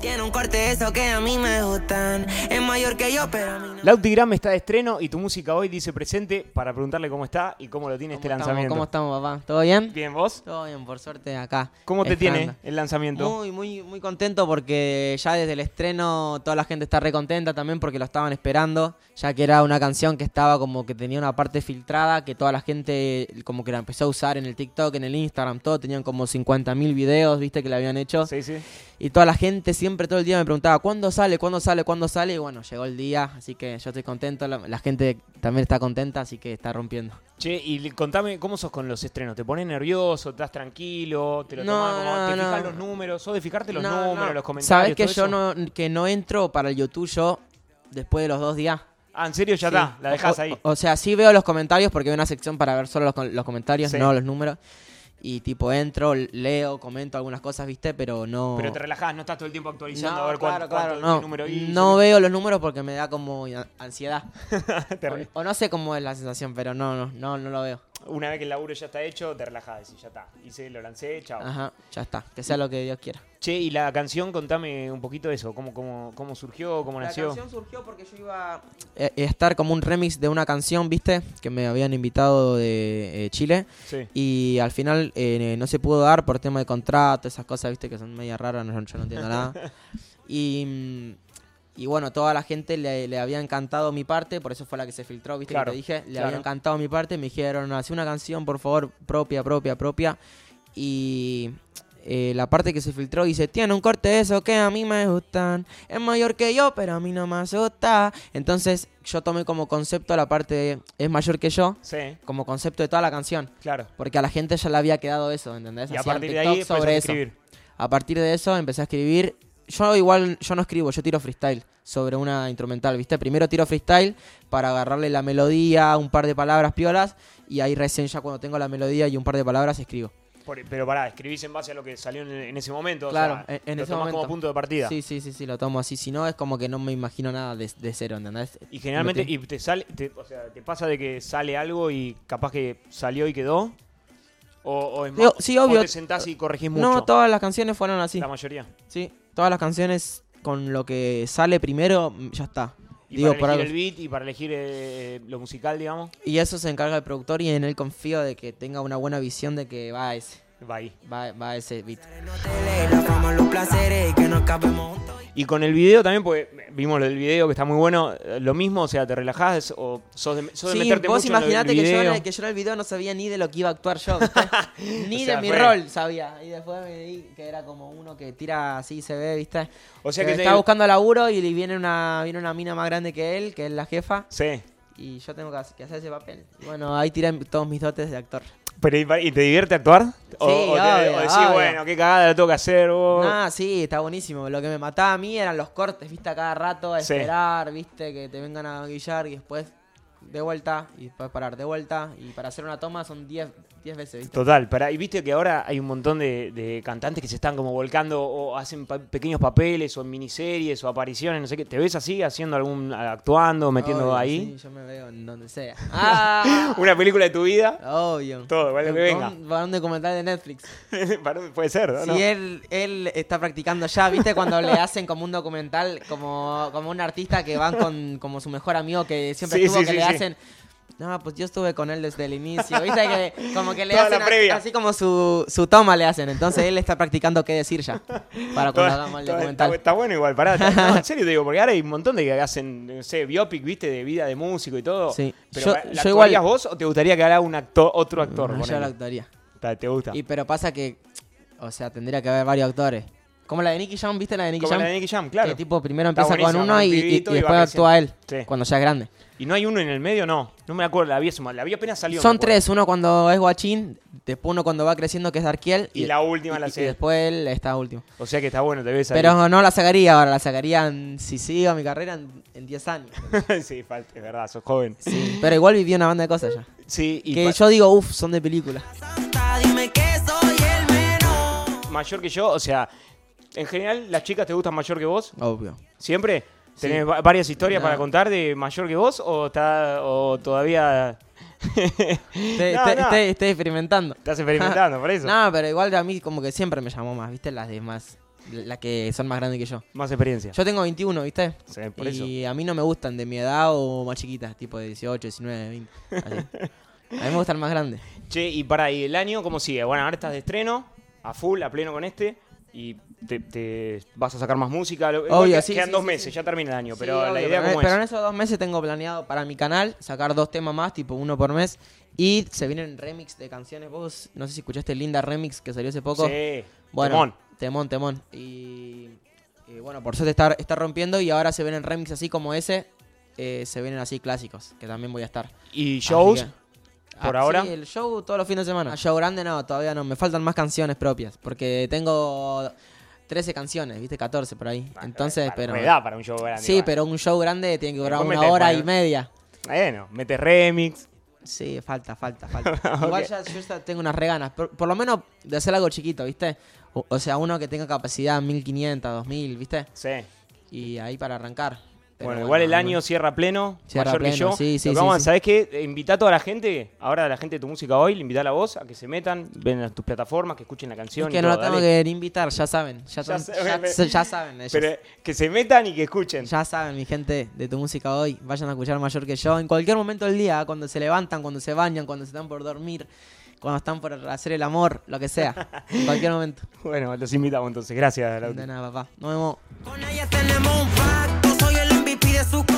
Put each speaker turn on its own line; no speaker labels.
Tiene un corte eso que a mí me gustan. Es mayor que yo, pero a mí no.
Lauti Gram está de estreno y tu música hoy dice presente para preguntarle cómo está y cómo lo tiene este
estamos?
lanzamiento.
¿Cómo estamos, papá? ¿Todo bien?
Bien, vos.
Todo bien, por suerte acá.
¿Cómo te tiene
esperando.
el lanzamiento?
Muy, muy, muy contento porque ya desde el estreno toda la gente está re contenta también porque lo estaban esperando, ya que era una canción que estaba como que tenía una parte filtrada que toda la gente como que la empezó a usar en el TikTok, en el Instagram, todo, tenían como 50.000 videos, viste, que la habían hecho.
Sí, sí.
Y toda la gente siempre todo el día me preguntaba, ¿cuándo sale? ¿Cuándo sale? ¿Cuándo sale? Y bueno, llegó el día, así que yo estoy contento, la, la gente también está contenta, así que está rompiendo.
Che, y le- contame, ¿cómo sos con los estrenos? ¿Te pones nervioso? ¿Estás tranquilo? ¿Te lo
No,
tomás como-
no,
¿Te fijas
no.
los números? ¿Sos de fijarte los
No,
números,
no.
los comentarios?
Sabés que
todo
yo
eso?
no, que no entro para el YouTube yo después de los dos días.
Ah, en serio, ya
Sí. Oh,
está. La dejás
O-
ahí.
O, o sea, sí veo los comentarios porque hay una sección para ver solo los, con- los comentarios,
Sí.
no los números. Y tipo entro, leo, comento algunas cosas, ¿viste? Pero no.
Pero te relajás, no estás todo el tiempo actualizando
oh. No,
a ver cuánto,
claro, claro,
cuánto-
no.
qué número hizo.
No veo los números porque me da como a- ansiedad.
Te re-
O, o no sé cómo es la sensación, pero no, no, no, no lo veo.
Una vez que el laburo ya está hecho, te relajás. Decís, ya está. Hice, lo lancé, chao.
Ajá, ya está. Que sea lo que Dios quiera.
Che, y la canción, contame un poquito de eso. ¿Cómo, cómo, cómo surgió? ¿Cómo
La
nació?
canción surgió porque yo iba a eh, estar como un remix de una canción, ¿viste? Que me habían invitado de eh, Chile.
Sí.
Y al final eh, no se pudo dar por tema de contrato, esas cosas, ¿viste? Que son media raras, no- yo no entiendo nada. Y, mm, y bueno, toda la gente le, le había encantado mi parte, por eso fue la que se filtró, ¿viste?
Claro,
que te dije, le
claro.
había encantado mi parte, me dijeron, hace una canción, por favor, propia, propia, propia. Y eh, la parte que se filtró dice, tiene un corte de eso que a mí me gustan. Es mayor que yo, pero a mí no me asusta. Entonces yo tomé como concepto la parte de, es mayor que yo,
Sí,
como concepto de toda la canción.
claro.
Porque a la gente ya le había quedado eso, ¿entendés?
Y a
Hacían
partir de
TikTok
ahí sobre a escribir.
A partir de eso empecé a escribir. Yo igual, yo no escribo, yo tiro freestyle sobre una instrumental, ¿viste? Primero tiro freestyle para agarrarle la melodía, un par de palabras piolas, y ahí recién ya cuando tengo la melodía y un par de palabras escribo.
Por- pero pará, escribís en base a lo que salió en, en ese momento. o
Claro,
sea,
en- en
lo
ese
tomás como
momento.
punto de partida.
Sí, sí, sí, sí, lo tomo así. Si no, es como que no me imagino nada de, de cero, ¿entendés?
Y generalmente,
Lo ti-
y te sale, te- o sea, te pasa de que sale algo y capaz que salió y quedó. O, o es
Digo,
más-
sí,
o
obvio.
te sentás y corregís mucho.
No, todas las canciones fueron así.
La mayoría.
Sí, todas las canciones con lo que sale primero, mm, ya está.
Y
Digo, por
para elegir
algo-
el beat y para elegir eh, lo musical, digamos,
Y eso se encarga el productor y en él confío de que tenga una buena visión de que va a ese,
va ahí.
va, va a ese beat.
No te lees la fama, los placeres y que nos capemos juntos.
Y con el video también, porque vimos lo del video que está muy bueno, eh, lo mismo, o sea, te relajás o sos de, sos de
Sí,
meterte
vos
mucho en lo del
imaginate que yo, en
video.
el, que yo en el video no sabía ni de lo que iba a actuar yo, ¿viste? ni
O sea,
de mi
fue-
rol sabía. Y después me di que era como uno que tira así y se ve, ¿viste?
O sea que te-
está buscando laburo y le viene una, viene una mina más grande que él, que es la jefa,
Sí.
y yo tengo que hacer que hacer ese papel. Y bueno, ahí tiran todos mis dotes de actor.
Pero, ¿y pa- ¿Y te divierte actuar? O,
Sí,
o te- o
obvio,
decís,
obvio.
bueno, qué cagada la tengo que hacer. vos.
Ah, sí, está buenísimo. Lo que me mataba a mí eran los cortes, viste, a cada rato, a
Sí.
esperar, viste, que te vengan a guillar y después de vuelta y después parar de vuelta. Y para hacer una toma son 10 10 veces, viste.
Total, para, y viste que ahora hay un montón de, de cantantes que se están como volcando o hacen pa- pequeños papeles o en miniseries o apariciones, no sé qué. ¿Te ves así haciendo algún, actuando, metiendo
Obvio,
ahí?
Sí, yo me veo en donde sea. ¡Ah!
Una película de tu vida,
Obvio.
Todo, igual lo que venga.
Con- Para un documental de Netflix.
Para- puede ser, ¿no?
Si él, él está practicando ya, ¿viste? Cuando le hacen como un documental, como, como un artista que van con como su mejor amigo que siempre
Sí,
estuvo,
sí,
que
sí,
le
sí.
hacen. No, pues yo estuve con él desde el inicio, ¿viste? Que como que le
Toda la
hacen a- así,
previa.
como su, su toma le hacen. Entonces él está practicando qué decir ya para cuando
Toda-
hagamos el
toda-
documental.
Está, está bueno igual, pará. está- no, en serio te digo, porque ahora hay un montón de que hacen, no sé, biopic, viste, de vida de músico y todo.
Sí.
Pero,
Yo-
¿la
yo
actuarías
igual- Mm,
vos o te gustaría que haga un actor, otro actor?
No, yo
ponele?
lo actuaría.
Ta- ¿Te gusta?
Y pero pasa que, o sea, tendría que haber varios actores. Como la de Nicky Jam, ¿viste la de Nicky
Como
Jam?
la de Nicky Jam, claro.
Que tipo primero
Está
empieza con
buenísima,
uno
con
y,
un
y- y
pibito y va
después actúa él,
creciendo. Sí.
cuando ya es grande.
¿Y no hay uno en el medio? No. No me acuerdo, la vi, hace- la vi apenas salió. me
Son
acuerdo.
tres, uno cuando es guachín, después uno cuando va creciendo que es Darkiel
Y la última
y-
la
y
serie.
después él está último.
O sea que está bueno, te ves ahí.
Pero no la sacaría ahora, la sacarían si sigo mi carrera en en 10 años.
sí, falta, es verdad, sos joven.
Sí, pero igual viví una banda de cosas ya.
Sí, y
Que
pa-
yo digo, uff, son de película.
Santa, dime que soy el menor.
mayor que yo, o sea, en general las chicas te gustan mayor que vos,
Obvio.
siempre.
Sí.
¿Tenés va- varias historias
No.
para contar de mayor que vos o, está, o todavía
Estoy,
No,
estoy-
no.
estoy- estoy experimentando.
estás experimentando por eso?
No, pero igual a mí como que siempre me llamó más, ¿viste? Las demás. las que son más grandes que yo.
Más experiencia.
Yo tengo 21, ¿viste?
Sí, por eso.
y a mí no me gustan de mi edad o más chiquitas, tipo de 18, 19, 20. así. A mí me gustan más grandes.
Che, y para ahí, el año, ¿cómo sigue? Bueno, ahora estás de estreno, a full, a pleno con este, y te, te vas a sacar más música. lo- igual
Obvio,
que-
sí,
Quedan
sí,
dos
sí,
meses,
sí.
ya termina el año,
Sí,
pero la
obvio,
idea
pero,
como
pero en
es.
esos dos meses tengo planeado para mi canal sacar dos temas más, tipo uno por mes. Y se vienen remix de canciones. Vos, no sé si escuchaste Linda Remix que salió hace poco.
Sí,
Bueno,
temón.
temón, temón. Y, y bueno, por suerte está, está rompiendo y ahora se vienen remix así como ese. eh, se vienen así clásicos, que también voy a estar.
¿Y shows?
Así que-
¿Por
Ah,
ahora?
Sí, el show todos los fines de semana. Ah, Show grande no, todavía no. Me faltan más canciones propias, porque tengo 13 canciones, viste, 14 por ahí. Entonces,
Para-
pero...
me da para un show grande.
Sí,
igual.
pero un show grande tiene que durar
Después
una
metes,
hora y
bueno.
media.
Bueno, metes remix.
Sí, falta, falta, falta. Igual ya, yo ya tengo unas reganas. Por, por lo menos de hacer algo chiquito, ¿viste? O, o sea, uno que tenga capacidad 1500, 2000, ¿viste?
Sí.
Y ahí para arrancar. Pero
bueno, igual el
no-
año cierra pleno,
Cierra
mayor
pleno,
que yo.
sí, sí,
Lo que
sí,
vamos a-
sí.
¿Sabés qué? Eh, Invita a toda la gente, ahora a la gente de tu música hoy, le invita a la voz a que se metan, ven a tus plataformas, que escuchen la
Es
canción. y
que no
todo,
lo tengo
dale.
que invitar, ya saben.
Ya
Ya, tan-
saben,
ya-
pero-
ya saben ellos.
Pero eh, que se metan y que escuchen.
Ya saben, mi gente, de tu música hoy. Vayan a escuchar mayor que yo. En cualquier momento del día, cuando se levantan, cuando se bañan, cuando se están por dormir, cuando están por hacer el amor, lo que sea. En cualquier momento.
Bueno, los invitamos entonces. Gracias, Lauti.
De nada, papá. Nos vemos.
Con ella tenemos un pacto, soy el MVP de su corazón.